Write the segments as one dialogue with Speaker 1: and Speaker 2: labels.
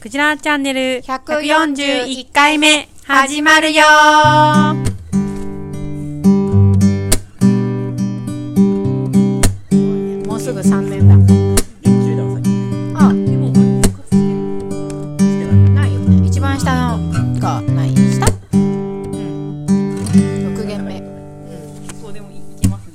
Speaker 1: クジラチャンネル
Speaker 2: 141
Speaker 1: 回目
Speaker 2: 始
Speaker 1: まるよ
Speaker 2: もうすぐ3年だ。
Speaker 3: 40だわさっき
Speaker 2: あ、
Speaker 1: でもう
Speaker 3: してない
Speaker 2: ないよね。一番下のがない。下うん。6限目。
Speaker 1: でもいけます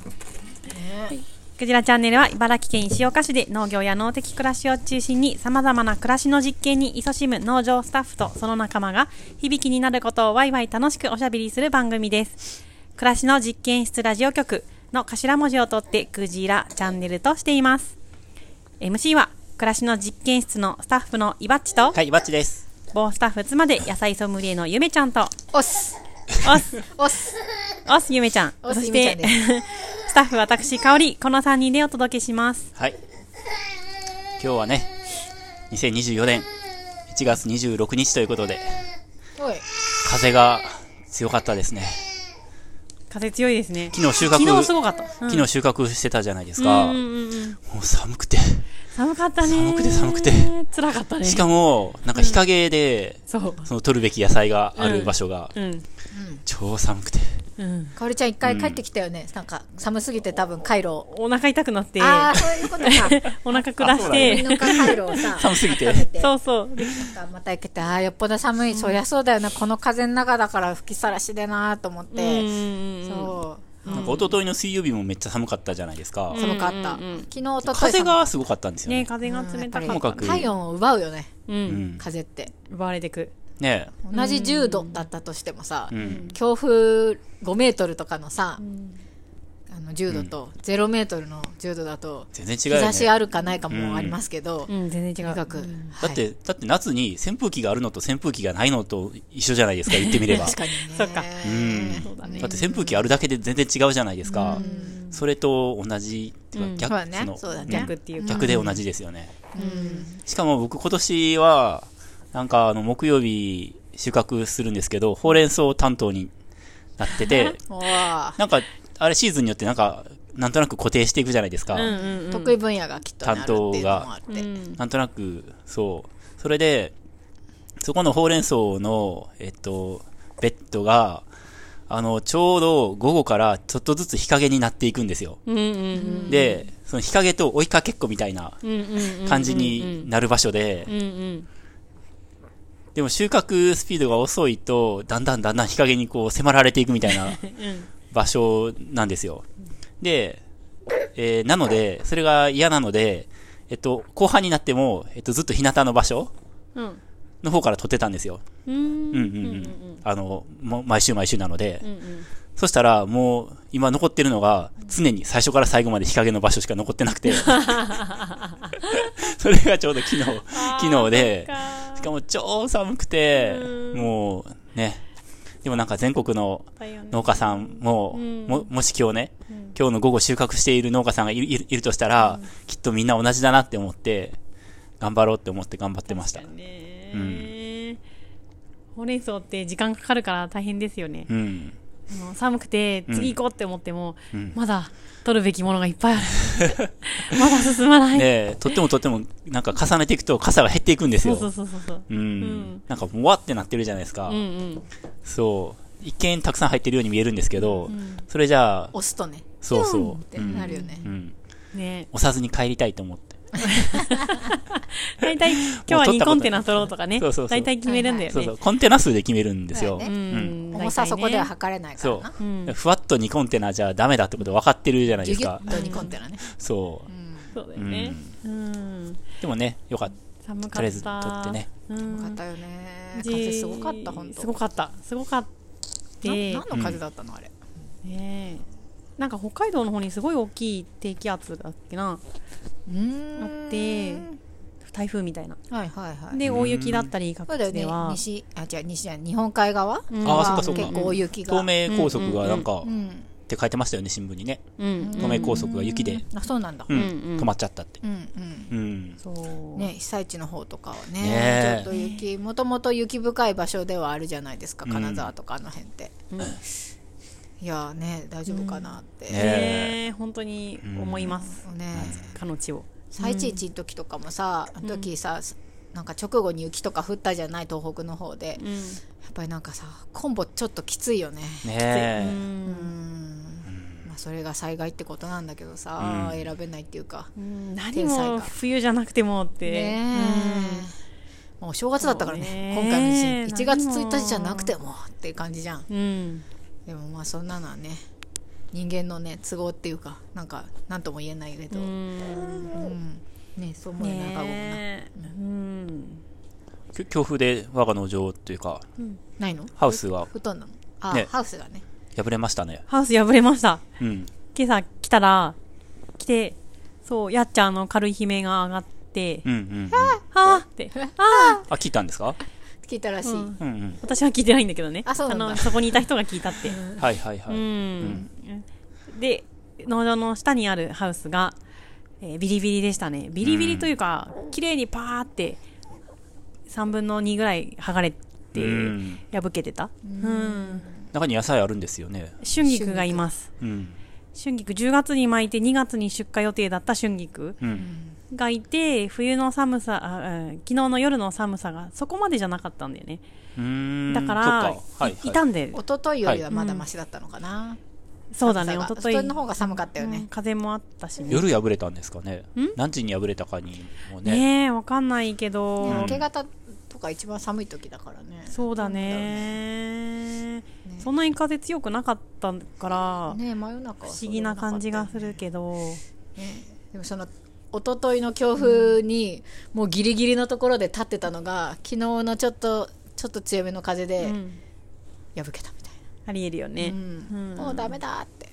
Speaker 1: クジラチャンネルは茨城県石岡市で農業や農的暮らしを中心に様々な暮らしの実験に勤しむ農場スタッフとその仲間が響きになることをワイワイ楽しくおしゃべりする番組です。暮らしの実験室ラジオ局の頭文字を取ってクジラチャンネルとしています。MC は暮らしの実験室のスタッフのイバッチと、
Speaker 3: はいバッチです
Speaker 1: 某スタッフ妻で野菜ソムリエのゆめちゃん と、
Speaker 2: おっす。
Speaker 1: おす
Speaker 2: おっす。
Speaker 1: おすゆめちゃん。
Speaker 2: お
Speaker 1: そ
Speaker 2: す
Speaker 1: し
Speaker 2: ゆめ
Speaker 1: て
Speaker 2: ちゃん、
Speaker 1: スタッフ私、かおり、この3人でお届けします。
Speaker 3: はい今日はね2024年1月26日ということで
Speaker 2: おい。
Speaker 3: 風が強かったですね
Speaker 1: 風強いですね。
Speaker 3: 昨日収穫
Speaker 1: 昨日すごかった。うん
Speaker 3: 昨日収穫してたじゃないですか、
Speaker 1: うんうんうん
Speaker 3: もう寒くて
Speaker 1: 寒かったね。
Speaker 3: 寒くて寒くて。
Speaker 1: 辛かったね。
Speaker 3: しかもなんか日陰で、
Speaker 1: そう。
Speaker 3: その取るべき野菜がある場所が、
Speaker 1: うん。
Speaker 3: 超寒くて
Speaker 1: うん。
Speaker 2: かおりちゃん一回帰ってきたよね。なんか寒すぎて多分カイロを。
Speaker 1: お腹痛くなって、
Speaker 2: ああ、そういうことか。
Speaker 1: お腹下
Speaker 3: あそ
Speaker 1: し
Speaker 3: うだよ
Speaker 2: みん
Speaker 1: て、
Speaker 2: なカイロをさ。
Speaker 3: 寒すぎて
Speaker 2: 食べて
Speaker 1: そうそう。
Speaker 2: なんかまた行けて、ああ、よっぽど寒い。そりゃそうだよな。この風の中だから吹きさらしでなーと思っ
Speaker 1: う
Speaker 2: て。
Speaker 1: んうんうん。
Speaker 2: そう。
Speaker 3: なんか一昨日の水曜日もめっちゃ寒かったじゃないですか、
Speaker 1: うん
Speaker 2: 寒かった。
Speaker 1: うんうんうん
Speaker 2: 昨日、おととい
Speaker 3: 風がすごかったんですよね
Speaker 1: ね風が冷た
Speaker 2: うん
Speaker 1: か
Speaker 2: や
Speaker 1: っ。
Speaker 2: ったぱり体温を奪うよね。
Speaker 1: う。
Speaker 3: うんん
Speaker 2: 風って。
Speaker 1: 奪われてく。
Speaker 3: ね
Speaker 2: 同じ10度だったとしてもさ、
Speaker 3: えうん
Speaker 2: 強風5メートルとかのさ、あの10度と0メートルの10度だと、
Speaker 3: 全然違
Speaker 2: 日
Speaker 3: うよね
Speaker 2: 差しあるかないかもありますけど、
Speaker 1: うん、全然違
Speaker 2: と
Speaker 1: う。
Speaker 2: にかく、
Speaker 3: だって、
Speaker 2: はい
Speaker 3: だって夏に扇風機があるのと扇風機がないのと一緒じゃな いですか、言ってみれば。
Speaker 2: 確かにね。
Speaker 1: そっか
Speaker 3: うん
Speaker 1: そうだね
Speaker 3: だって扇風機あるだけで全然違うじゃないですか。それと同じ、って
Speaker 1: うん
Speaker 2: そ
Speaker 3: か
Speaker 2: う
Speaker 3: 逆、
Speaker 2: だね
Speaker 3: の
Speaker 2: そうだね
Speaker 1: 逆っていうか。
Speaker 3: 逆で同じですよね。
Speaker 2: うん
Speaker 3: しかも僕今年は、なんかあの木曜日収穫するんですけど、ほうれん草担当になってて、
Speaker 2: おー
Speaker 3: なんか、あれシーズンによってなんか、なんとなく固定していくじゃないですか。
Speaker 1: うんうんうん。
Speaker 2: 得意分野がきっとなるっていうのもあって。
Speaker 1: うん
Speaker 3: なんとなく、そう。それで、そこのほうれん草の、えっと、ベッドが、あの、ちょうど午後からちょっとずつ日陰になっていくんですよ。
Speaker 1: うんうん
Speaker 3: で、その日陰と追いかけっこみたいな
Speaker 1: うん。うんうんうん
Speaker 3: 感じになる場所で
Speaker 1: う、んうん。
Speaker 3: でも収穫スピードが遅いと、だんだんだんだん日陰にこう迫られていくみた いな場所なんですよ。で、えーなので、それが嫌なので、えっと、後半になっても、えっと、ずっと日向の場所
Speaker 1: うん。
Speaker 3: の方から撮ってたんですよ。
Speaker 1: うん。
Speaker 3: うんうんうん。あの、もう毎週毎週なので。
Speaker 1: うんうん。
Speaker 3: そしたら、もう、今残ってるのが、常に最初から最後まで日陰の場所しか残って なくて。それがちょうど昨日、昨日で、しかも超寒くて
Speaker 1: う、ん
Speaker 3: もう、ね。でもなんか全国の
Speaker 1: だよね
Speaker 3: 農家さんも、
Speaker 1: うん
Speaker 3: も、もし今日ね、今日の午後収穫している農家さんがいるいるいるとしたら、きっとみんな同じだなって思って、頑張ろうって思って頑張ってました
Speaker 1: 確か。にねほうれん草って時間かかるから大変ですよね
Speaker 3: う。ん。
Speaker 1: あの寒くて次行こうって思っても、
Speaker 3: ん
Speaker 1: まだ取るべきものがいっぱいあ る。まだ進まない。
Speaker 3: で、とってもとっても、なんか重ねていくと傘が減っていくんです
Speaker 1: そ
Speaker 3: よ。
Speaker 1: うそうそうそう。
Speaker 3: うん、
Speaker 1: ん
Speaker 3: なんか、もわってなってるじゃないですか。
Speaker 1: うんうん。
Speaker 3: そう。一見たくさん入ってるように見えるんですけど、
Speaker 1: ん
Speaker 3: それじゃあ、
Speaker 2: 押すとね、
Speaker 3: そうそう
Speaker 2: ピュンってなるよね
Speaker 3: う。ん。
Speaker 1: ね
Speaker 3: 押さずに帰りたいと思って。
Speaker 1: 大 体今日は2コンテナ取ろうとかね。
Speaker 3: そうそうそう
Speaker 1: 大体決めるんだよね。
Speaker 3: そうそう。コンテナ数で決めるんです
Speaker 2: そ
Speaker 3: よ。
Speaker 2: うだよ
Speaker 1: う
Speaker 2: ね
Speaker 1: ん。
Speaker 2: 重さ
Speaker 1: 大体ね
Speaker 2: そこでは測れないから
Speaker 3: そ
Speaker 2: な。
Speaker 1: う
Speaker 3: う、
Speaker 1: ん
Speaker 3: ふわっと2コンテナじゃダメだってこと分かってるじゃない
Speaker 2: ギ
Speaker 3: で
Speaker 2: ュ
Speaker 3: す
Speaker 2: ギュ
Speaker 3: か
Speaker 2: ッ。と煮込んでるね。
Speaker 3: そう。
Speaker 1: そうだよね。うん。
Speaker 3: でもね、よかっ
Speaker 1: 寒かった。
Speaker 3: とりあえず取ってね
Speaker 1: うん。
Speaker 2: よかったよね。風すごかった、本当
Speaker 1: すごかった。すごかった。
Speaker 2: な
Speaker 1: ね
Speaker 2: 何の風だったのあれ、
Speaker 1: えなんか北海道の方にすごい大きい低気圧だっけな。
Speaker 2: うん
Speaker 1: あって、台風みたいな。
Speaker 2: はいはいはい
Speaker 1: で、
Speaker 3: うん
Speaker 1: 大雪だったり、各
Speaker 2: そうだよ
Speaker 1: 地で
Speaker 2: ね
Speaker 1: は。
Speaker 2: 西あ違う西じゃない日本海側
Speaker 1: うん
Speaker 3: あ
Speaker 2: は
Speaker 3: ーそっかそっか
Speaker 2: 結構大雪
Speaker 3: た。
Speaker 2: が
Speaker 3: 東名高速がなんか、
Speaker 2: う
Speaker 3: っ
Speaker 2: ん
Speaker 3: て書いてましたよね、新聞にね。
Speaker 1: うん。
Speaker 3: 東名高速が雪で、
Speaker 2: あそうなんだ、う、
Speaker 3: うんん、
Speaker 1: うん
Speaker 3: 止まっちゃったって。
Speaker 2: うん
Speaker 3: うん。
Speaker 1: そう。
Speaker 2: ね、被災地の方とかはね
Speaker 3: ねえ
Speaker 2: ちょっと雪もともと雪深い場所ではあるじゃないですか金沢とかあの辺って、
Speaker 1: うん
Speaker 2: いやーね大丈夫かなって、
Speaker 3: ね
Speaker 1: ねえ本当に思います。
Speaker 2: ね
Speaker 1: かの地を。
Speaker 2: 最地一の時とかもさ、あの時さ、なんか直後に雪とか降ったじゃない東北の方で、
Speaker 1: うん
Speaker 2: やっぱりなんかさコンボちょっときついよね
Speaker 1: う
Speaker 3: ねえ。
Speaker 2: うんんまあそれが災害ってことなんだけどさ、
Speaker 3: うん
Speaker 2: 選べないっていうか
Speaker 1: うん何
Speaker 2: 天才
Speaker 1: も
Speaker 2: が
Speaker 1: 冬じゃなくてもって、
Speaker 2: ねえ、まあお正月だったからね
Speaker 1: そうね
Speaker 2: 今回の地震1月
Speaker 1: 何も
Speaker 2: 1日じゃなくてもっていう感じじゃん
Speaker 1: うんうん
Speaker 2: でもまあそんなのはね人間のね都合っていうかなんか何とも言えないけど、うんねそう思うよね赤子もな
Speaker 1: ねえうん
Speaker 3: きょ強風で我が農場というか、
Speaker 2: ないの
Speaker 3: ハウスが
Speaker 2: 布団なのあ、
Speaker 3: ね
Speaker 2: ハウスがね
Speaker 3: 破れましたね。
Speaker 1: ハウス破れました
Speaker 3: うん。
Speaker 1: 今朝来たら来てそうやっちゃんの軽い悲鳴が上がって
Speaker 3: うんうんうん。
Speaker 1: あーって
Speaker 3: あ、聞いたんですか
Speaker 2: 聞いたらしい、
Speaker 1: うん
Speaker 3: うんうん。
Speaker 1: 私は聞いてないんだけどね
Speaker 2: あそうなんだ
Speaker 1: のそこにいた人が聞いたって
Speaker 3: はいはいは
Speaker 1: う
Speaker 3: い。
Speaker 1: ん、で農場の下にあるハウスが、えービリビリでしたねビリビリというか、綺麗にパーって3分の2ぐらい剥がれて
Speaker 3: うん
Speaker 1: 破けてた、うん
Speaker 3: 中に野菜あるんですよね。
Speaker 1: 春菊がいます
Speaker 3: うん。
Speaker 1: 春菊10月に巻いて2月に出荷予定だった春菊
Speaker 3: うん。
Speaker 1: がいて冬の寒さあうん昨日の夜の寒さがそこまでじゃなかったんだよね
Speaker 3: うーん
Speaker 1: だから
Speaker 3: そっかはいはい
Speaker 1: いたんで
Speaker 2: 一昨日よりはまだマシだったのかな、
Speaker 1: そうだね一
Speaker 2: 寒さが
Speaker 1: 昨日
Speaker 2: の方が寒かったよね、
Speaker 1: 風もあったしね
Speaker 3: 夜破れたんですかね。何時に破れたかにもね。
Speaker 1: ねえわかんないけど、
Speaker 2: ね明け方とか一番寒い時だからね
Speaker 1: そうだね
Speaker 2: ね
Speaker 1: そんなに風強くなかったから、
Speaker 2: ね真夜
Speaker 1: 不
Speaker 2: 中は
Speaker 1: 思議な感じがするけど、
Speaker 2: ど、ねでもその一昨日の強風にもうギリギリのところで立ってたのが昨日のちょっとちょっと強めの風で
Speaker 1: うん
Speaker 2: 破けたみたい
Speaker 1: ありえるよね、
Speaker 2: な、うんもうダメだって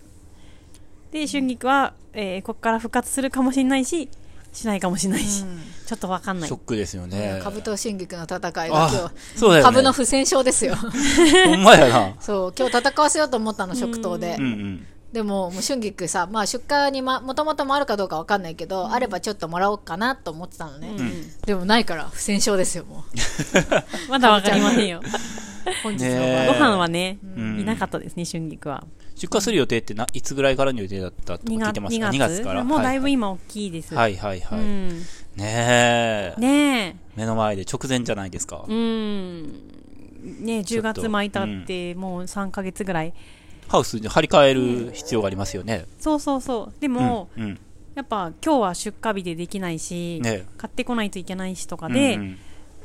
Speaker 1: で春菊は、えーここから復活するかもしれないししないかもしれないし、
Speaker 2: うん
Speaker 1: ちょっとわかんない
Speaker 3: ショックですよね。
Speaker 2: 株と新菊の戦いが今
Speaker 3: あ
Speaker 2: 日、
Speaker 3: そうだよね
Speaker 2: 株の 不戦勝ですよ
Speaker 3: ほんまやな。
Speaker 2: そう今日戦わせようと思ったの食堂で、
Speaker 3: うんうん。
Speaker 2: でももう春菊さ、まあ、出荷にまもともともあるかどうかわかんないけど、あればちょっともらおうかなと思ってたのね、でもないから不戦勝ですよもう
Speaker 1: まだわかりませんよ
Speaker 2: 本日の場合、
Speaker 3: ねえ
Speaker 1: ご飯はね、
Speaker 3: ん
Speaker 1: いなかったですね春菊は
Speaker 3: 出荷する予定ってないつぐらいからの予定だったとか
Speaker 1: 2
Speaker 3: 聞い
Speaker 1: 月
Speaker 3: てます
Speaker 1: 二
Speaker 3: か
Speaker 1: 月
Speaker 3: 2月から。
Speaker 1: もうだいぶ今大きいです、
Speaker 3: はいはいは
Speaker 1: う
Speaker 3: い。
Speaker 1: ん、
Speaker 3: ねえ。
Speaker 1: ね
Speaker 3: 目の前で直前じゃないですか
Speaker 1: え、。うんねえ
Speaker 3: ちょ
Speaker 1: 10
Speaker 3: っと
Speaker 1: 月巻いたってもう3ヶ月ぐらい、
Speaker 3: ハウスに張り替える必要がありますよね。
Speaker 1: そうそうそうで
Speaker 3: うん
Speaker 1: も、
Speaker 3: うん。
Speaker 1: やっぱ今日は出荷日でできないし、
Speaker 3: ね
Speaker 1: 買ってこないといけないしとかで、
Speaker 3: うんうん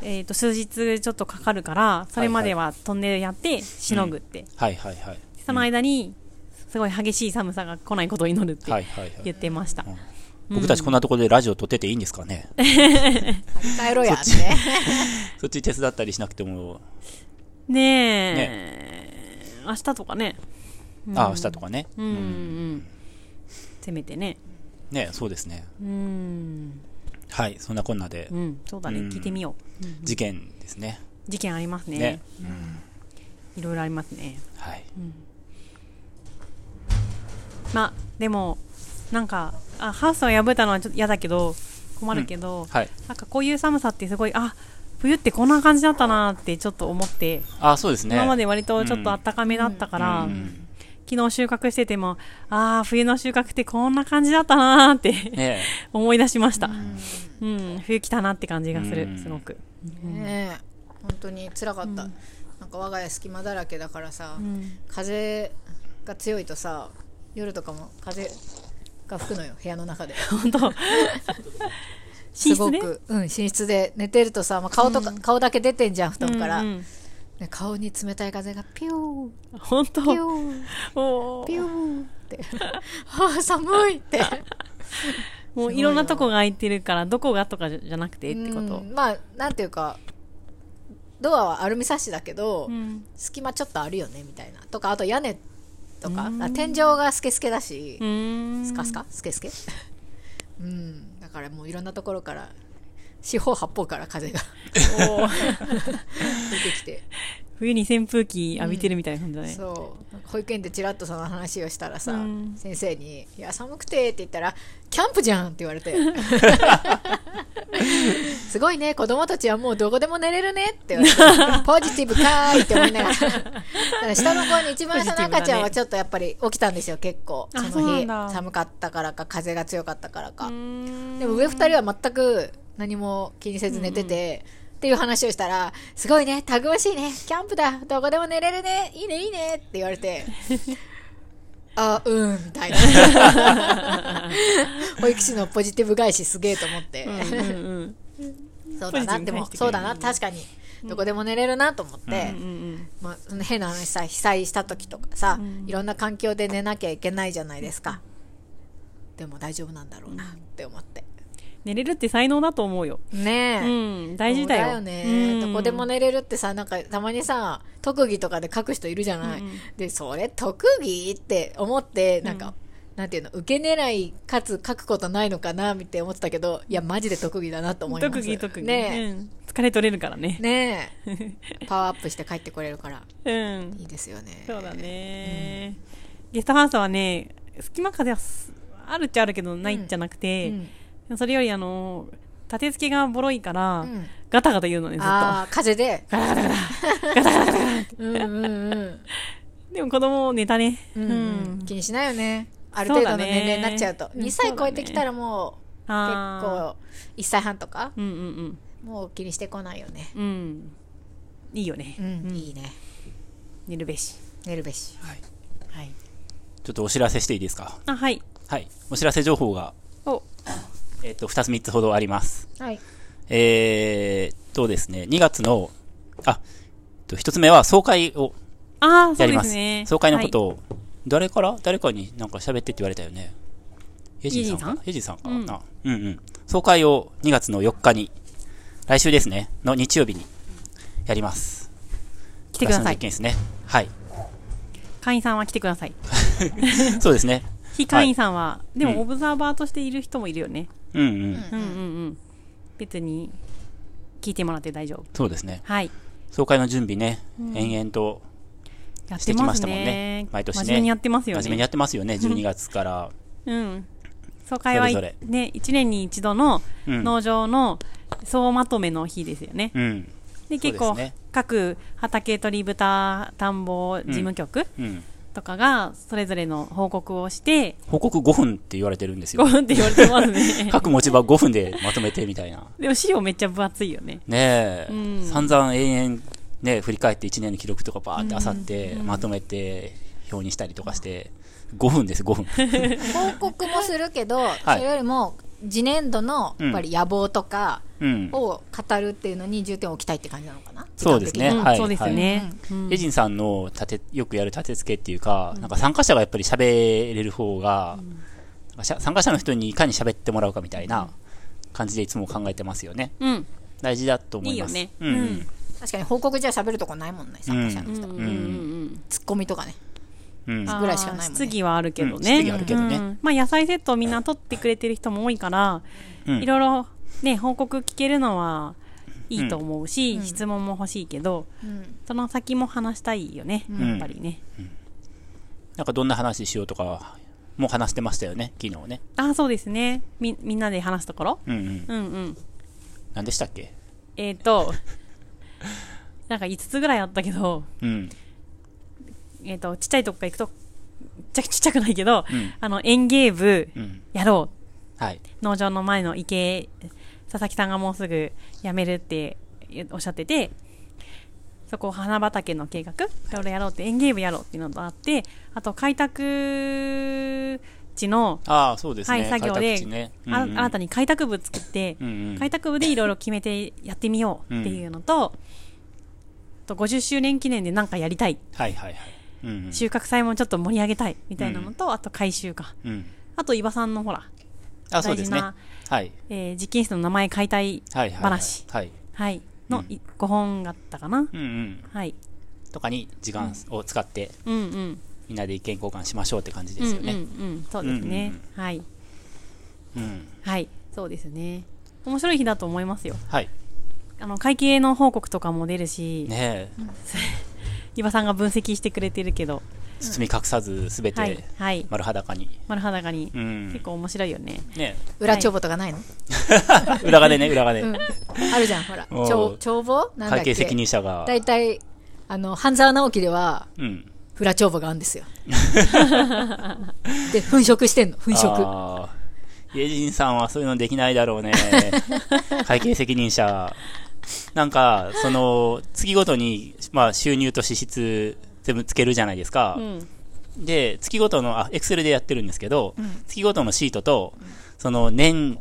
Speaker 1: えー、と数日ちょっとかかるからそれまではトンネルやってしのぐって、
Speaker 3: はいはいはい。
Speaker 1: その間にすごい激しい寒さが来ないことを祈るって
Speaker 3: はいはいは
Speaker 1: 言
Speaker 3: い。
Speaker 1: ってました、
Speaker 3: 僕たちこんなところでラジオ撮ってていいんですかね。
Speaker 2: 帰ろうやって
Speaker 3: そっち手伝ったりしなくても、
Speaker 1: ねえ明日とかね
Speaker 3: ああ、明日とかね。
Speaker 1: うんうん、せめてね
Speaker 3: ねそうですね。
Speaker 1: うん
Speaker 3: はい、そんなこんなで
Speaker 1: う、んそうだね、
Speaker 3: うん
Speaker 1: 聞いてみよう
Speaker 3: 事件ですね。
Speaker 1: 事件ありますね
Speaker 3: ね。
Speaker 1: いろいろありますね
Speaker 3: はい。
Speaker 1: まあでもなんかあハウスを破ったのはちょっと嫌だけど困るけど、
Speaker 3: はい。
Speaker 1: なんかこういう寒さってすごいあ冬ってこんな感じだったなってちょっと思って、
Speaker 3: ああ、そうですね。
Speaker 1: 今まで割とちょっと暖かめだったから、
Speaker 3: うん
Speaker 1: 昨日収穫しててもああ冬の収穫ってこんな感じだったなーって、
Speaker 3: ね
Speaker 1: 思い出しました、うん冬来たなって感じがする、
Speaker 3: うん
Speaker 1: すごく、
Speaker 2: ねえ本当に辛かった、なんか我が家隙間だらけだからさ、風が強いとさ夜とかも風が吹くのよ部屋の中で
Speaker 1: 本当
Speaker 2: す
Speaker 1: 寝
Speaker 2: ご
Speaker 1: 室ね
Speaker 2: く、うん、寝室で寝てるとさ、まあ、顔とか、顔だけ出てんじゃん布団から、
Speaker 1: うんうん
Speaker 2: ね顔に冷たい風がピュー
Speaker 1: 本当
Speaker 2: ピュー
Speaker 1: おー
Speaker 2: ピューって ああ寒いって
Speaker 1: もういろんなとこが空いてるからどこがとかじゃじゃなくてってこと
Speaker 2: うんまあなんていうかドアはアルミサッシだけど、
Speaker 1: うん
Speaker 2: 隙間ちょっとあるよねみたいなとかあと屋根とか、あ天井がスケスケだし、
Speaker 1: うん
Speaker 2: スカスカスケス ケうんだからもういろんなところから四方八方から風が
Speaker 1: おー
Speaker 2: 出てきて
Speaker 1: 冬に扇風機浴びてるみたいな感じだね、
Speaker 2: そう保育園でちらっとその話をしたらさ、
Speaker 1: うん
Speaker 2: 先生に「いや寒くて」って言ったら「キャンプじゃん」って言 われて「すごいね子供たちはもうどこでも寝れるね」って言われて「ポジティブかーい」って思いながらだから下の子に一番下の赤ちゃんはちょっとやっぱり起きたんですよ結構
Speaker 1: あ
Speaker 2: そ
Speaker 1: そう
Speaker 2: の
Speaker 1: な
Speaker 2: 日
Speaker 1: んだ
Speaker 2: 寒かったからか風が強かったからか
Speaker 1: うーん
Speaker 2: でも上二人は全く何も気にせず寝てて、っていう話をしたら、すごいね、たくましいね、キャンプだ、どこでも寝れるね、いいね、いいねって言われ て、あ、うん、みた いな。保育士のポジティブ返しすげえと思って、
Speaker 1: うんうん
Speaker 2: そうだな、
Speaker 1: ポジティブに返
Speaker 2: でも
Speaker 1: し、てくれ
Speaker 2: そ
Speaker 1: る
Speaker 2: うだな、確かに、どこでも寝れるなと思って、
Speaker 1: うんうん
Speaker 2: まあ、その変な話さ、被災した時とかさ、いろんな環境で寝なきゃいけないじゃないですか。でも大丈夫なんだろうなって思って。
Speaker 1: 寝れるって才能だと思うよ。
Speaker 2: ね
Speaker 1: う
Speaker 2: え。
Speaker 1: ん、大事だよ。
Speaker 2: そうよね。
Speaker 1: うん
Speaker 2: どこでも寝れるってさ、なんかたまにさ、特技とかで書く人いるじゃない。で、それ特技って思って、なんか、なんていうの、受け狙いかつ書くことないのかなって思ってたけど、いや、マジで特技だなと思います。
Speaker 1: 特技特技。
Speaker 2: ね
Speaker 1: うん疲れ取れるからね
Speaker 2: え。。ね え。パワーアップして帰ってこれるから、
Speaker 1: うん。
Speaker 2: いいですよね。
Speaker 1: そうだね、ゲストハウスはね隙間風はすあるっちゃあるけどないんじゃなくて、それよりあの立て付けがボロいから、
Speaker 2: ん
Speaker 1: ガタガタ言うのねずっ
Speaker 2: ああ、風で。ガラガラガラ。ガラガラガラ。うんうんうん。
Speaker 1: とでも子供寝たねう、
Speaker 2: うんんうん気にしないよねある程度の年齢になっちゃうと
Speaker 1: そうだね
Speaker 2: 2歳超えてきたらもう結
Speaker 1: あ
Speaker 2: 構1歳半とか
Speaker 1: うんうん
Speaker 2: もう気にしてこないよね
Speaker 1: うんうんいいよね、
Speaker 2: うんいいね
Speaker 1: 寝るべし
Speaker 2: 寝るべし
Speaker 3: はい
Speaker 2: はい
Speaker 3: ちょっとお知らせしていいですか
Speaker 1: あはい
Speaker 3: はい。お知らせ情報が、
Speaker 1: お
Speaker 3: えっ、と、2つ3つほどあります。
Speaker 2: はい
Speaker 3: えー、っとですね、2月の、あ、えっと1つ目は総会を
Speaker 1: ああそ
Speaker 3: や
Speaker 1: う
Speaker 3: り
Speaker 1: で
Speaker 3: ますす。
Speaker 1: ね
Speaker 3: 総会のことを、誰から誰かになんか喋ってって言われたよね。エジンさんかエジンさんかな、うん、うんうん総会を2月の4日に、来週ですね、の日曜日にやります。
Speaker 1: 来てくだ
Speaker 3: 私の
Speaker 1: さ
Speaker 3: 実
Speaker 1: い
Speaker 3: 験ですね。はい。
Speaker 1: 会員さんは来てください
Speaker 3: そうですね。
Speaker 1: 非会員さんは、で
Speaker 3: う
Speaker 1: も
Speaker 3: ん
Speaker 1: オブザーバーとしている人もいるよね、
Speaker 3: うんうん。
Speaker 1: うん、うんうん別に聞いてもらって大丈夫
Speaker 3: そうですね。
Speaker 1: はい
Speaker 3: 総会の準備ね、延々と
Speaker 1: やっ
Speaker 3: して
Speaker 1: て
Speaker 3: き
Speaker 1: ま
Speaker 3: ますしたもんね
Speaker 1: ね。
Speaker 3: 毎年ね
Speaker 1: 真面目にやってますよね。
Speaker 3: 真面目にやってますよね、12月から。
Speaker 1: うん。総会はい
Speaker 3: それぞ
Speaker 1: ね、1年に一度の
Speaker 3: うん
Speaker 1: 農場の総まとめの日ですよね。
Speaker 3: うん。
Speaker 1: で、結
Speaker 3: そ
Speaker 1: 構、
Speaker 3: うですね
Speaker 1: 各畑鳥豚田んぼ事務局
Speaker 3: うん。
Speaker 1: とかが、それぞれの報告をして、
Speaker 3: 報告5分って言われてるんです
Speaker 1: 5
Speaker 3: よ。。
Speaker 1: 分って言われてますね
Speaker 3: 各持ち場5分でまとめてみたいな。
Speaker 1: でも資料めっちゃ分厚いよね。
Speaker 3: ねえ、
Speaker 1: うん
Speaker 3: 散々永遠ね、振り返って1年の記録とかバーってあさって、まとめて、表にしたりとかして、5分です、5分。
Speaker 2: 報告もするけど
Speaker 3: い
Speaker 2: それよりも次年度のやっぱり野望とか
Speaker 3: うん。
Speaker 2: を語るっていうのに重点を置きたいって感じなのかな
Speaker 3: そうですね。
Speaker 1: うん
Speaker 3: はい。
Speaker 1: そうですね。
Speaker 3: はいエジンさんの立て、よくやる立て付けっていうか、なんか参加者がやっぱり喋れる方が、なんかしゃ参加者の人にいかに喋ってもらうかみたいな感じでいつも考えてますよね。
Speaker 1: うん。
Speaker 3: 大事だと思いま
Speaker 1: い
Speaker 3: す。
Speaker 1: いよね
Speaker 3: うんうん、
Speaker 2: 確かに報告じゃ喋るとこないもんね参加者の人
Speaker 1: うんうんうん。
Speaker 2: ツッコミとかね
Speaker 3: うん。
Speaker 1: あー
Speaker 2: ぐらいしかないもんね
Speaker 1: 質疑はあるけど
Speaker 3: うん
Speaker 1: ね。
Speaker 3: 質疑あるけどね
Speaker 1: うんまあ野菜セットをみんな取ってくれてる人も多いから、
Speaker 3: うん
Speaker 1: いろいろね、報告聞けるのはいいと思うし、質問も欲しいけど、
Speaker 2: うん
Speaker 1: その先も話したいよね、
Speaker 3: ん
Speaker 1: やっぱりね。
Speaker 3: なんかどんな話しようとか、もう話してましたよね、昨日ね。
Speaker 1: ああ、そうですね。み、みんなで話すところ
Speaker 3: うんうん。
Speaker 1: うんうん。
Speaker 3: 何でしたっけ
Speaker 1: えっ、 と、なんか5つぐらいあったけど、
Speaker 3: うん。
Speaker 1: えっ、と、ちっちゃいとこから行くと、ちっちゃちっちゃくないけど、
Speaker 3: うん
Speaker 1: あの、園芸部
Speaker 3: うん。
Speaker 1: やろう
Speaker 3: はい。
Speaker 1: 農場の前の池佐々木さんがもうすぐ辞めるっておっしゃっててそこ花畑の計画いろいろやろうって園芸部やろうっていうのがあってあと開拓地の、
Speaker 3: ああ、そうです
Speaker 1: は
Speaker 3: ね。
Speaker 1: い、作業で、
Speaker 3: 開拓地ね、
Speaker 1: あ新た
Speaker 3: に。
Speaker 1: に開拓部作って、
Speaker 3: うんうん
Speaker 1: 開拓部でいろいろ決めてやってみようっていうのと、あと50周年記念で何かやりたい
Speaker 3: はいはいはい。うんうん。
Speaker 1: 収穫祭もちょっと盛り上げたいみたいなのと、あと回収か
Speaker 3: うん。
Speaker 1: あと伊庭さんのほら、
Speaker 3: あ、そうですね。
Speaker 1: 大事な
Speaker 3: はい。
Speaker 1: えー実験室の名前解体
Speaker 3: はいはい。
Speaker 1: 話。
Speaker 3: はい。
Speaker 1: はい。の、い5本があったかな。
Speaker 3: うんうん。
Speaker 1: はい。
Speaker 3: とかに時間を使って、
Speaker 1: うんうん。
Speaker 3: みんなで意見交換しましょうって感じですよ
Speaker 1: うん
Speaker 3: ね。
Speaker 1: うんうん。そうですね、
Speaker 3: うん
Speaker 1: はい。
Speaker 3: うん。
Speaker 1: はい。そうですね。面白い日だと思いますよ。
Speaker 3: はい。
Speaker 1: あの、会計の報告とかも出るし、
Speaker 3: ねえ、
Speaker 1: 伊庭さんが分析してくれてるけど、
Speaker 3: 包み隠さずすべ
Speaker 1: はい
Speaker 3: て。
Speaker 1: はい。
Speaker 3: 丸裸に。
Speaker 1: 丸裸に、
Speaker 3: うん。
Speaker 1: 結構面白いよね。
Speaker 3: ね
Speaker 2: 裏帳簿とかないの
Speaker 3: え、裏金ね、裏金。
Speaker 2: あるじゃんほら
Speaker 3: おう
Speaker 2: 帳帳簿なんだっ
Speaker 3: 会
Speaker 2: け
Speaker 3: 計責任者が。
Speaker 2: 大体、あの、半沢直樹では、
Speaker 3: うん。
Speaker 2: 裏帳簿があるんですよ。で、粉飾してんの、粉飾。
Speaker 3: あー家人さんはそういうのできない だろうね。会計責任者。なんか、その、月ごとに、まあ、収入と支出、全部つけるじゃないですか。
Speaker 1: うん。
Speaker 3: で、月ごとの、あ、エクセルでやってるんですけど、月ごとのシートと、その年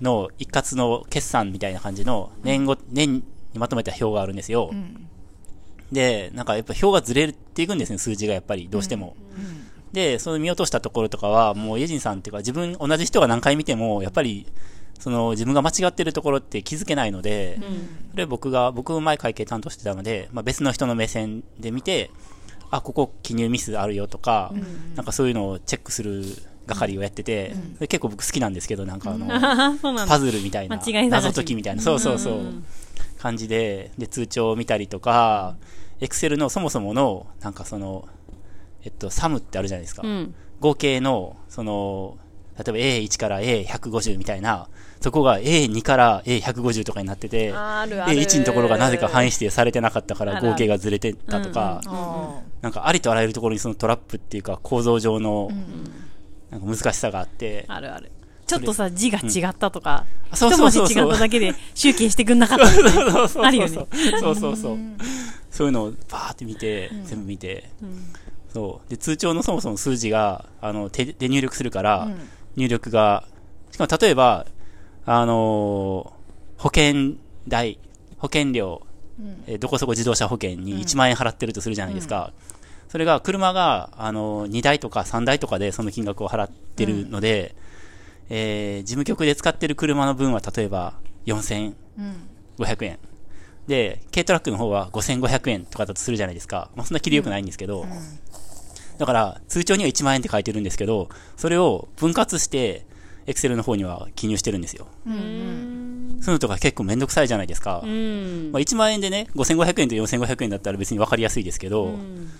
Speaker 3: の一括の決算みたいな感じの、年ご、年にまとめた表があるんですよ。で、なんかやっぱ表がずれていくんですね、数字がやっぱり、どうしても。で、その見落としたところとかは、もう家人さんっていうか、自分、同じ人が何回見ても、やっぱり、その自分が間違ってるところって気づけないので、それ僕が、僕前会計担当してたので、まあ、別の人の目線で見て、あ、ここ記入ミスあるよとか、なんかそういうのをチェックする係をやってて、それ結構僕好きなんですけど、なんかあの、
Speaker 1: ああ、そうなん
Speaker 3: パ
Speaker 1: だ。
Speaker 3: ズルみたいな、
Speaker 1: 間違い探し
Speaker 3: 謎解きみたいな、そうそうそう、感じで、で、通帳を見たりとか、エクセルのそもそもの、なんかその、えっと、サムってあるじゃないですか。
Speaker 1: うん。
Speaker 3: 合計の、その、例えば A1 から A150 みたいな、そこが A2 から A150 とかになってて、
Speaker 1: あるある。
Speaker 3: A1 のところがなぜか範
Speaker 1: 囲。
Speaker 3: 囲指定されてなかったか
Speaker 1: あ
Speaker 3: ら
Speaker 1: る
Speaker 3: 合計がずれてたとか、
Speaker 2: あ
Speaker 3: なんかありとあらゆるところにそのトラップっていうか構造上の、なんか難しさがあって、
Speaker 1: あるある。ちょっとさ、字が違ったとか、
Speaker 3: あ
Speaker 1: 一文字違っただけで集計してくんなかった。
Speaker 3: そうそうそう
Speaker 1: あるよね
Speaker 3: そうそうそう。そういうのをバーって見て、全部見て、そう。で、通帳のそもそも数字が、あの、手で入力するから、入力が、しかも例えば、あのー保険代、保険料、えーどこそこ自動車保険に1万円払ってるとするじゃないですか。それが、車が、あのー、2台とか3台とかでその金額を払ってるので、えー事務局で使ってる車の分は、例えば、4000、500円。で、軽トラックの方は5500円とかだとするじゃないですか。まあ、そんな切りよくないんですけど。だから、通帳には1万円って書いてるんですけど、それを分割して、Excel の方には記入してるんですよ。そういうのとか結構めんどくさいじゃないですか。
Speaker 1: うん。
Speaker 3: まあ、1万円でね、5500円と4500円だったら別に分かりやすいですけど、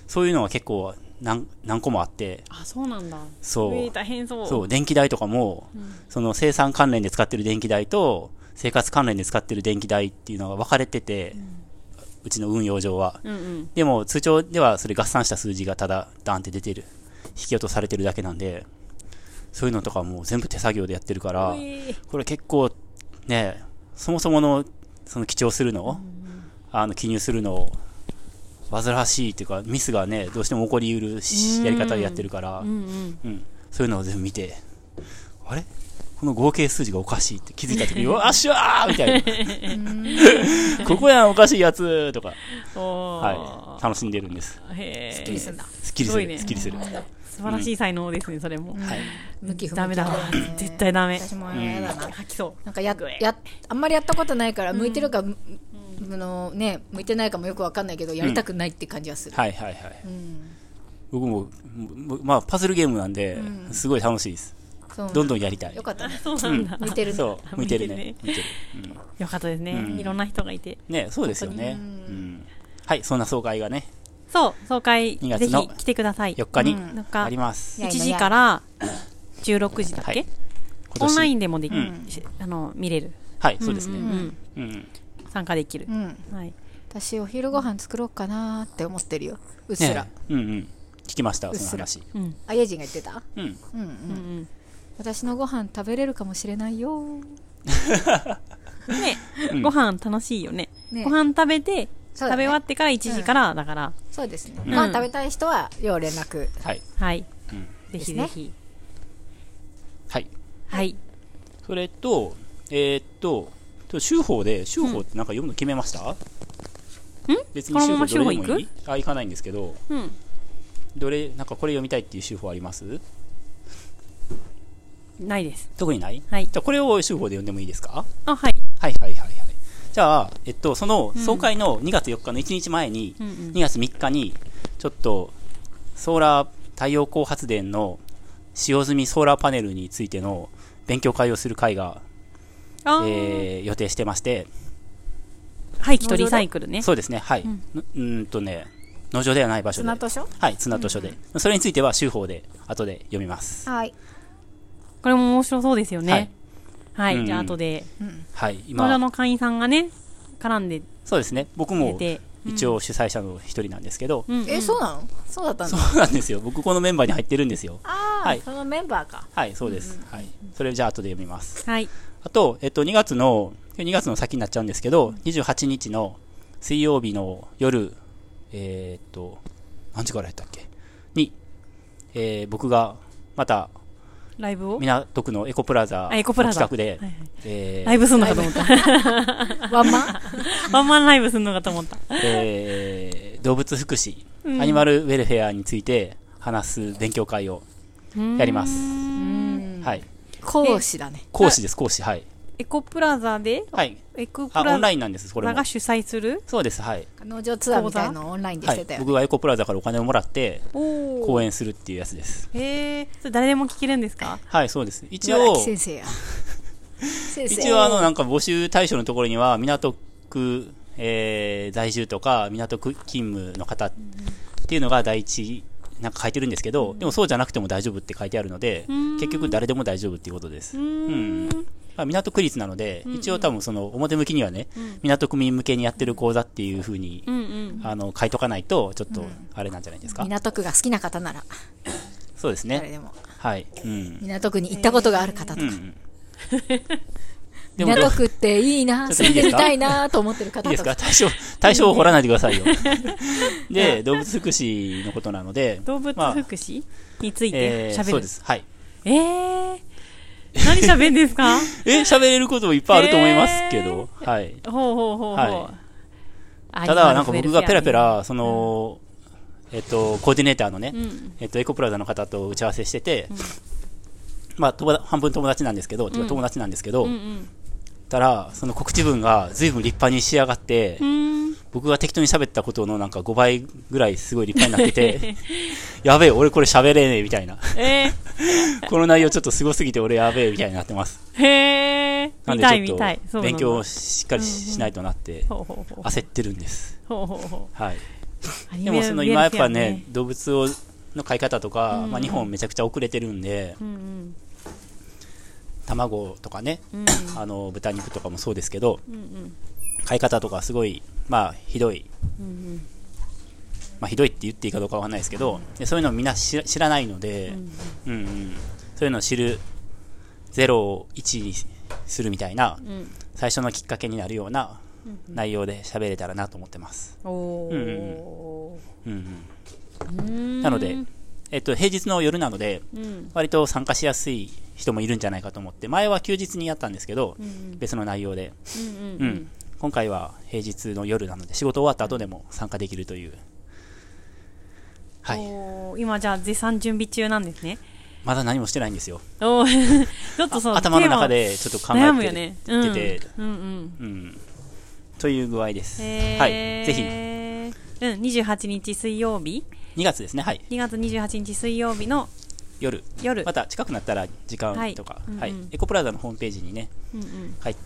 Speaker 3: そういうのは結構何何個もあって、
Speaker 1: あ、そうなんだ。
Speaker 3: そう
Speaker 1: えー大変そう。
Speaker 3: そう、電気代とかも、その生産関連で使ってる電気代と、生活関連で使ってる電気代っていうのが分かれてて、うちの運用上は。
Speaker 1: うんうん。
Speaker 3: でも、通帳ではそれ合算した数字がただ、ダンって出てる。引き落とされてるだけなんで、そういうのとかもう全部手作業でやってるから、
Speaker 1: えー
Speaker 3: これ結構、ね、そもそもの、その記帳するの、あの、記入するの、煩わしいっていうか、ミスがね、どうしても起こりうるしやり方でやってるから、
Speaker 1: うんうん。
Speaker 3: うん、そういうのを全部見て、あれこの合計数字がおかしいって気づいた時に、うわっしゃーみたいな。ここやん、おかしいやつとか、
Speaker 1: お
Speaker 3: はい、楽しんでるんです。
Speaker 1: い。へえ。
Speaker 2: あ。リスンだ。
Speaker 3: すっきり
Speaker 1: す
Speaker 3: す
Speaker 1: ごい
Speaker 3: る、
Speaker 1: ね
Speaker 3: すっきりする。は
Speaker 1: 素晴らしい才能ですね、それも。
Speaker 3: い。
Speaker 2: 向き不向き
Speaker 1: ダメだわ
Speaker 2: よね。
Speaker 1: 絶対ダメ。
Speaker 2: 私も嫌だな。
Speaker 1: 吐きそ
Speaker 2: なんかや
Speaker 1: グエ
Speaker 2: やあんまりやったことないから向いてるか、あのね向いてないかもよくわかんないけどやりたくないって感じはする。
Speaker 3: はいはいはい。
Speaker 2: うん
Speaker 3: 僕も、ぼまあ、パズルゲームなんで、すごい楽しいです。
Speaker 2: そう
Speaker 3: どんどんやりたい
Speaker 2: よ。かったね。
Speaker 1: う。そうなんだ。
Speaker 2: 向いてるね。
Speaker 3: そう、向いてるね。向いてる。
Speaker 1: よかったですね、
Speaker 3: うん
Speaker 1: いろんな人がいて。
Speaker 3: ね、そうですよね。うん。はい、そんな総会がね、
Speaker 1: そう、総会、
Speaker 3: 2
Speaker 1: ぜ
Speaker 3: 月
Speaker 1: ひ
Speaker 3: の
Speaker 1: 来てください。
Speaker 3: 4日に
Speaker 1: なんか
Speaker 3: あります。
Speaker 1: 1時から16時だっけ、
Speaker 3: はい今
Speaker 1: オンライ
Speaker 3: 年。
Speaker 1: ンでもでき、
Speaker 3: うん
Speaker 1: しあの見れる、
Speaker 3: はい、そうですね。
Speaker 1: うん
Speaker 3: うん。
Speaker 1: 参加できる
Speaker 2: う、ん。
Speaker 1: はい、
Speaker 2: 私お昼ご飯作ろうかなーって思ってるよ。うっすら。
Speaker 3: ねうんうん。聞きました、
Speaker 2: っ
Speaker 3: その
Speaker 2: すら
Speaker 3: 話。
Speaker 1: うん
Speaker 2: あやじが言ってた。
Speaker 3: うん。
Speaker 2: うんう
Speaker 1: うん
Speaker 2: ん。
Speaker 1: うん
Speaker 2: 私のご飯食べれるかもしれないよー。
Speaker 1: ね、
Speaker 3: うん
Speaker 1: ご飯楽しいよね
Speaker 2: ね
Speaker 1: ご飯食べて、
Speaker 2: そ
Speaker 1: 食
Speaker 2: うだ
Speaker 1: べ
Speaker 2: ね
Speaker 1: 終わってから1時から、だから
Speaker 2: そうですね。
Speaker 3: うん
Speaker 2: ご飯食べたい人は要連絡。
Speaker 3: はい。
Speaker 1: はい、
Speaker 3: うん
Speaker 1: ぜひ
Speaker 2: です
Speaker 1: ぜ
Speaker 2: ね
Speaker 1: ひ、
Speaker 3: はい。
Speaker 1: はい
Speaker 3: それと、えーっと、と州法で、州法ってなんか読むの決めました、別に
Speaker 1: この
Speaker 3: 州
Speaker 1: ま
Speaker 3: 法
Speaker 1: ま
Speaker 3: どれで
Speaker 1: 州
Speaker 3: もいいあ、行かないんですけど、
Speaker 1: うん
Speaker 3: どれ、なんかこれ読みたいっていう州法あります
Speaker 1: ないです
Speaker 3: 特にない
Speaker 1: はい
Speaker 3: じゃあこれを州法で読んでもいいですか
Speaker 1: あはい
Speaker 3: はいはいはいはい。じゃあ、えっと、その総会の2月4日の1日前に、
Speaker 1: うんうん
Speaker 3: 2月3日に、ちょっと、ソーラー、太陽光発電の使用済みソーラーパネルについての勉強会をする会が、
Speaker 1: あー、
Speaker 3: えー予定してまして、
Speaker 1: 廃棄とリサイクルね
Speaker 3: そうですね、はい。うん、ーんとね、農場ではない場所で。
Speaker 2: 図書
Speaker 3: はい、綱図書で。それについては、州法で、後で読みます。
Speaker 2: はい。
Speaker 1: これも面白そうですよねはい、
Speaker 3: うん
Speaker 1: じゃあ後で
Speaker 3: はい、
Speaker 1: 農場
Speaker 3: 今、
Speaker 1: の会員さんがね絡んで
Speaker 3: そうですね、僕
Speaker 1: くれ
Speaker 3: も
Speaker 1: て、
Speaker 3: 一応主催者の一人なんですけど、
Speaker 1: うんうん
Speaker 2: え、そうなのそうだったん
Speaker 3: そ
Speaker 2: だ。
Speaker 3: うなんですよ、僕このメンバーに入ってるんですよ。
Speaker 2: あ
Speaker 3: はい
Speaker 2: そのメンバーか。
Speaker 3: はい、そうです。はい。それじゃあ後で読みます。
Speaker 1: はい。
Speaker 3: あと、えっと、2月の、2月の先になっちゃうんですけど、28日の水曜日の夜、えーっと、何時からやったっけに、えー僕が、また、
Speaker 1: ライブを
Speaker 3: 港区のエコプラザ
Speaker 1: あエコプラ
Speaker 3: の
Speaker 1: ザ
Speaker 3: 近くで
Speaker 1: はいはい、
Speaker 3: えー
Speaker 1: ライブすんのかと 思った。
Speaker 2: ワンマン
Speaker 1: ワンマンライブすんのかと思った。
Speaker 3: えー動物福祉、
Speaker 1: うん
Speaker 3: アニマルウェルフェアについて話す勉強会をやります。
Speaker 2: うん
Speaker 3: はい。
Speaker 2: 講師だね。
Speaker 3: 講師です、講師。はい。
Speaker 1: エコプラザで、
Speaker 3: はい。
Speaker 1: エコプ
Speaker 3: あ、オ
Speaker 1: ラ
Speaker 3: ンラ
Speaker 1: ザ
Speaker 3: インなんです、これも
Speaker 1: が。主催する
Speaker 3: そうです、はい。
Speaker 2: 農場ツアーみたいのをオンラインでし
Speaker 3: は
Speaker 2: て
Speaker 3: い
Speaker 2: た。よね。
Speaker 3: 僕がエコプラザからお金をもらって、
Speaker 1: おー
Speaker 3: 講演するっていうやつです。
Speaker 1: へえ、それ誰でも聞けるんですか
Speaker 3: はい、そうです。一
Speaker 2: 茨
Speaker 3: 応
Speaker 2: 城、先生 や。先生。
Speaker 3: 一応あの、なんか募集対象のところには、港区、えー在住とか、港区勤務の方っていうのが第一、なんか書いてるんですけど、でもそうじゃなくても大丈夫って書いてあるので、結局誰でも大丈夫っていうことです。うん。まあ、港区立なので、一応多分その表向きにはね、港区民向けにやってる講座っていうふうに、
Speaker 1: うんうん。
Speaker 3: あの、書いとかないと、ちょっと、あれなんじゃないですか。
Speaker 2: 港区が好きな方なら、
Speaker 3: そうです
Speaker 2: 誰
Speaker 3: ね。
Speaker 2: でも。
Speaker 3: はい。うん。
Speaker 2: 港区に行ったことがある方と
Speaker 3: うんう
Speaker 2: か。
Speaker 3: ん。 でも
Speaker 2: 港区っていいな、
Speaker 3: ちょっと
Speaker 2: 住
Speaker 3: い
Speaker 2: ん
Speaker 3: いで
Speaker 2: ですみ
Speaker 3: か
Speaker 2: たいなと思ってる
Speaker 3: い
Speaker 2: 方
Speaker 3: いで
Speaker 2: と
Speaker 3: す
Speaker 2: か
Speaker 3: か。対象、対象を掘らないでくだ さいよ。で、動物福祉のことなので、
Speaker 1: 動物
Speaker 3: まあ
Speaker 1: 福祉につい
Speaker 3: え
Speaker 1: て
Speaker 3: ー
Speaker 1: 喋
Speaker 3: そう
Speaker 1: る
Speaker 3: で。す。はい。
Speaker 1: えー、何喋るんです か
Speaker 3: え、喋れることもいっぱいあると思いますけど、はい。
Speaker 1: ほうほうほうほう。
Speaker 3: はい
Speaker 1: あ
Speaker 3: ただ、なんか僕がペラペ。
Speaker 1: アニマルウェルフェアね
Speaker 3: ラ、その、えっと、コーディネーターのね
Speaker 1: ん、
Speaker 3: えっと、エコプラザの方と打ち合わせしてて、まあ、友達半分友達なんですけど、てか友達なんですけど
Speaker 1: う、ん
Speaker 3: たら、その告知文が随分立派に仕上がって
Speaker 1: う、ん。うーん。
Speaker 3: 僕が適当に喋ったことのなんか5倍ぐらいすごい立派になっ てて、やべえ、俺これ喋れねえ、みたいな。
Speaker 1: え
Speaker 3: この内容ちょっとすごすぎて俺やべえみたいになってます。
Speaker 1: ー、へえ。
Speaker 3: なん
Speaker 1: 見
Speaker 3: でち
Speaker 1: たい
Speaker 3: ょ
Speaker 1: 見
Speaker 3: った
Speaker 1: い。そ
Speaker 3: と
Speaker 1: うなん
Speaker 3: 勉
Speaker 1: だ
Speaker 3: 強をしっかりししないとなって
Speaker 1: ほうほうほう。
Speaker 3: 焦ってるんです。
Speaker 1: ほうほうほ
Speaker 3: はい。
Speaker 1: う。
Speaker 3: でもその今やっぱ
Speaker 1: アニメ
Speaker 3: ね、動物をの飼い方とか、まあ日本めちゃくちゃ遅れてるんで、
Speaker 1: ウェルフェアね、うん
Speaker 3: 卵とかね、
Speaker 1: うん。
Speaker 3: あの豚肉とかもそうですけど、
Speaker 1: うんうん
Speaker 3: 飼い方とかすごい、まあひどい。
Speaker 1: うん
Speaker 3: まあひどいって言っていいかどうかわかんないですけど、でそういうのみんな知ら知らないので、うんうん。そういうのを知る、0を1にするみたいな、
Speaker 1: うんうん
Speaker 3: 最初のきっかけになるような内容で喋れたらなと思ってます。
Speaker 1: お
Speaker 3: う
Speaker 1: ー
Speaker 3: んうん
Speaker 1: うー
Speaker 3: うんん、なので、えっと、平日の夜なので、
Speaker 1: うん
Speaker 3: 割と参加しやすい人もいるんじゃないかと思って、前は休日にやったんですけど、別の内容で、
Speaker 1: うんう
Speaker 3: うんん、今回は平日の夜なので、仕事終わった後でも参加できるという。はい。
Speaker 1: おー今じゃあ絶賛準備中なんですね
Speaker 3: まだ何もしてないんですよ。
Speaker 1: おー ちょっとそう
Speaker 3: 頭の中
Speaker 1: テ
Speaker 3: でちょっと考
Speaker 1: ーマ悩む
Speaker 3: え
Speaker 1: よ
Speaker 3: て
Speaker 1: ね
Speaker 3: て、て
Speaker 1: うんうんうん
Speaker 3: うん。という具合です。
Speaker 1: へー
Speaker 3: はい。ぜ
Speaker 1: うん28日水曜日
Speaker 3: ひ、2月ですね。はい。
Speaker 1: 2月28日水曜日の
Speaker 3: 夜。
Speaker 1: 夜
Speaker 3: また近くなったら時間
Speaker 1: はい
Speaker 3: とか、
Speaker 1: うんうん
Speaker 3: はいエコプラザのホームページにね、
Speaker 1: うんうん
Speaker 3: はい、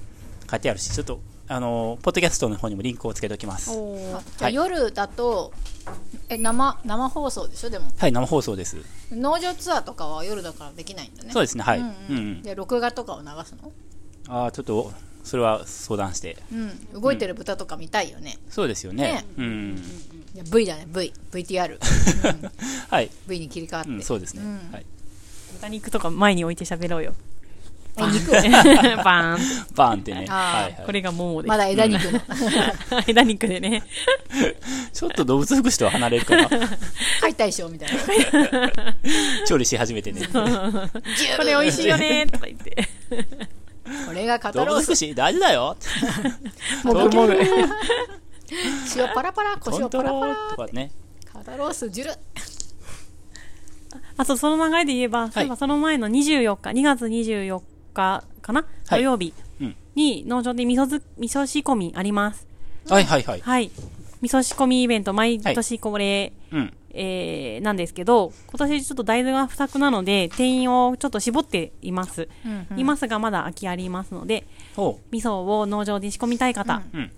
Speaker 3: 書いてあるし、ちょっと、あのーポッドキャストの方にもリンクをつけておきます。
Speaker 1: おー
Speaker 2: あじゃあ夜だと、え、生、生放送でしょでも。
Speaker 3: はい、生放送です。
Speaker 2: 農場ツアーとかは夜だからできないんだね。
Speaker 3: そうですね、はい。うん、うん
Speaker 2: うんうん。で、録画とかを流すの
Speaker 3: ああ、ちょっと、それは相談して。
Speaker 2: うん。動いてる豚とか見たいよね。
Speaker 3: そうですよね
Speaker 2: ね。
Speaker 3: うん。
Speaker 2: いや V だね、V。VTR。
Speaker 3: はい、
Speaker 2: V に切り替わって。
Speaker 3: うん、そうですね。
Speaker 2: ん
Speaker 3: はい、
Speaker 1: 豚肉とか前に置いて喋ろう よ
Speaker 2: あ肉を
Speaker 1: バーン
Speaker 3: バーンってね。
Speaker 2: あー
Speaker 3: はい、
Speaker 1: こ
Speaker 3: はい。
Speaker 1: れがももです
Speaker 2: まだ 枝肉の。
Speaker 1: 枝肉でね
Speaker 3: ちょっと動物福祉とは離れるかな。
Speaker 2: 解体ショーみたいな。
Speaker 3: 調理し始めてね。
Speaker 1: これ美味しいよねとか言って
Speaker 2: これがカタ
Speaker 3: 動
Speaker 2: ロ
Speaker 3: 物
Speaker 2: ース
Speaker 3: 福。祉大事だよ。
Speaker 1: もぐもぐ
Speaker 2: 塩パラパラ、胡
Speaker 3: コ
Speaker 2: 椒
Speaker 3: ント
Speaker 2: パラ
Speaker 3: ロ
Speaker 2: パラ。
Speaker 3: ールとかね。
Speaker 2: カタロース、ジュル。
Speaker 1: あとその流れで言えば、そういえばその前の24日、2月24日かな、
Speaker 3: はい
Speaker 1: 土曜日
Speaker 3: うん
Speaker 1: に農場で味噌づ味噌仕込みあります。
Speaker 3: はい、はい、はい。
Speaker 1: はい。味噌仕込みイベント、毎年これ、
Speaker 3: うん。
Speaker 1: えー、なんですけど、今年ちょっと大豆が不作なので、定員をちょっと絞っています。いますが、まだ空きありますので、
Speaker 3: おう
Speaker 1: 味噌を農場で仕込みたい方、
Speaker 3: うんうん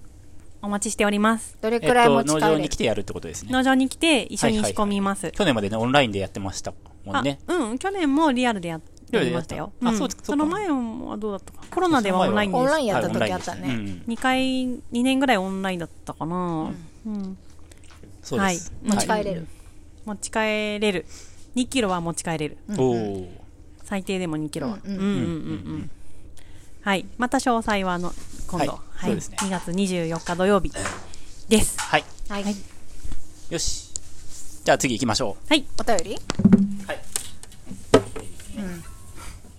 Speaker 1: お待ちしております。
Speaker 2: どれ
Speaker 3: えっ
Speaker 2: くらい
Speaker 3: と、
Speaker 2: 持ち
Speaker 3: 農
Speaker 2: 帰
Speaker 3: 場
Speaker 2: れ
Speaker 3: に
Speaker 2: る
Speaker 3: 来てやるってことですね。
Speaker 1: 農場に来て一緒に仕込みます。
Speaker 3: 去年までね、オンラインでやってましたもんね。
Speaker 1: あうん、去年もリアルでや
Speaker 3: リア
Speaker 1: り
Speaker 3: ルでや
Speaker 1: ま
Speaker 3: っ
Speaker 1: したたよ。
Speaker 3: あ
Speaker 1: ん
Speaker 3: そうですか
Speaker 1: その前はどうだったか。コロナではオンラインで
Speaker 2: オン
Speaker 1: す
Speaker 2: ラインやった
Speaker 3: はい
Speaker 2: 時あった
Speaker 3: オンライン
Speaker 2: ね。
Speaker 3: でしたうん
Speaker 1: 2回、2年ぐらいオンラインだったかな。うん。
Speaker 3: そうです。
Speaker 1: はい
Speaker 2: 持ち帰れる。
Speaker 1: 持ち帰れる。 2キロは持ち帰れる。
Speaker 3: おお
Speaker 1: 最低でも2キロは。う
Speaker 2: うんん
Speaker 1: う
Speaker 2: うんん
Speaker 1: うんうん。はい。また詳細はあの、今度。
Speaker 3: はい
Speaker 1: は
Speaker 3: そ
Speaker 1: い。
Speaker 3: うですね
Speaker 1: 2月24日土曜日です。
Speaker 3: はい
Speaker 2: はい、
Speaker 3: よしじゃあ次行きましょう
Speaker 1: はい。
Speaker 2: お便り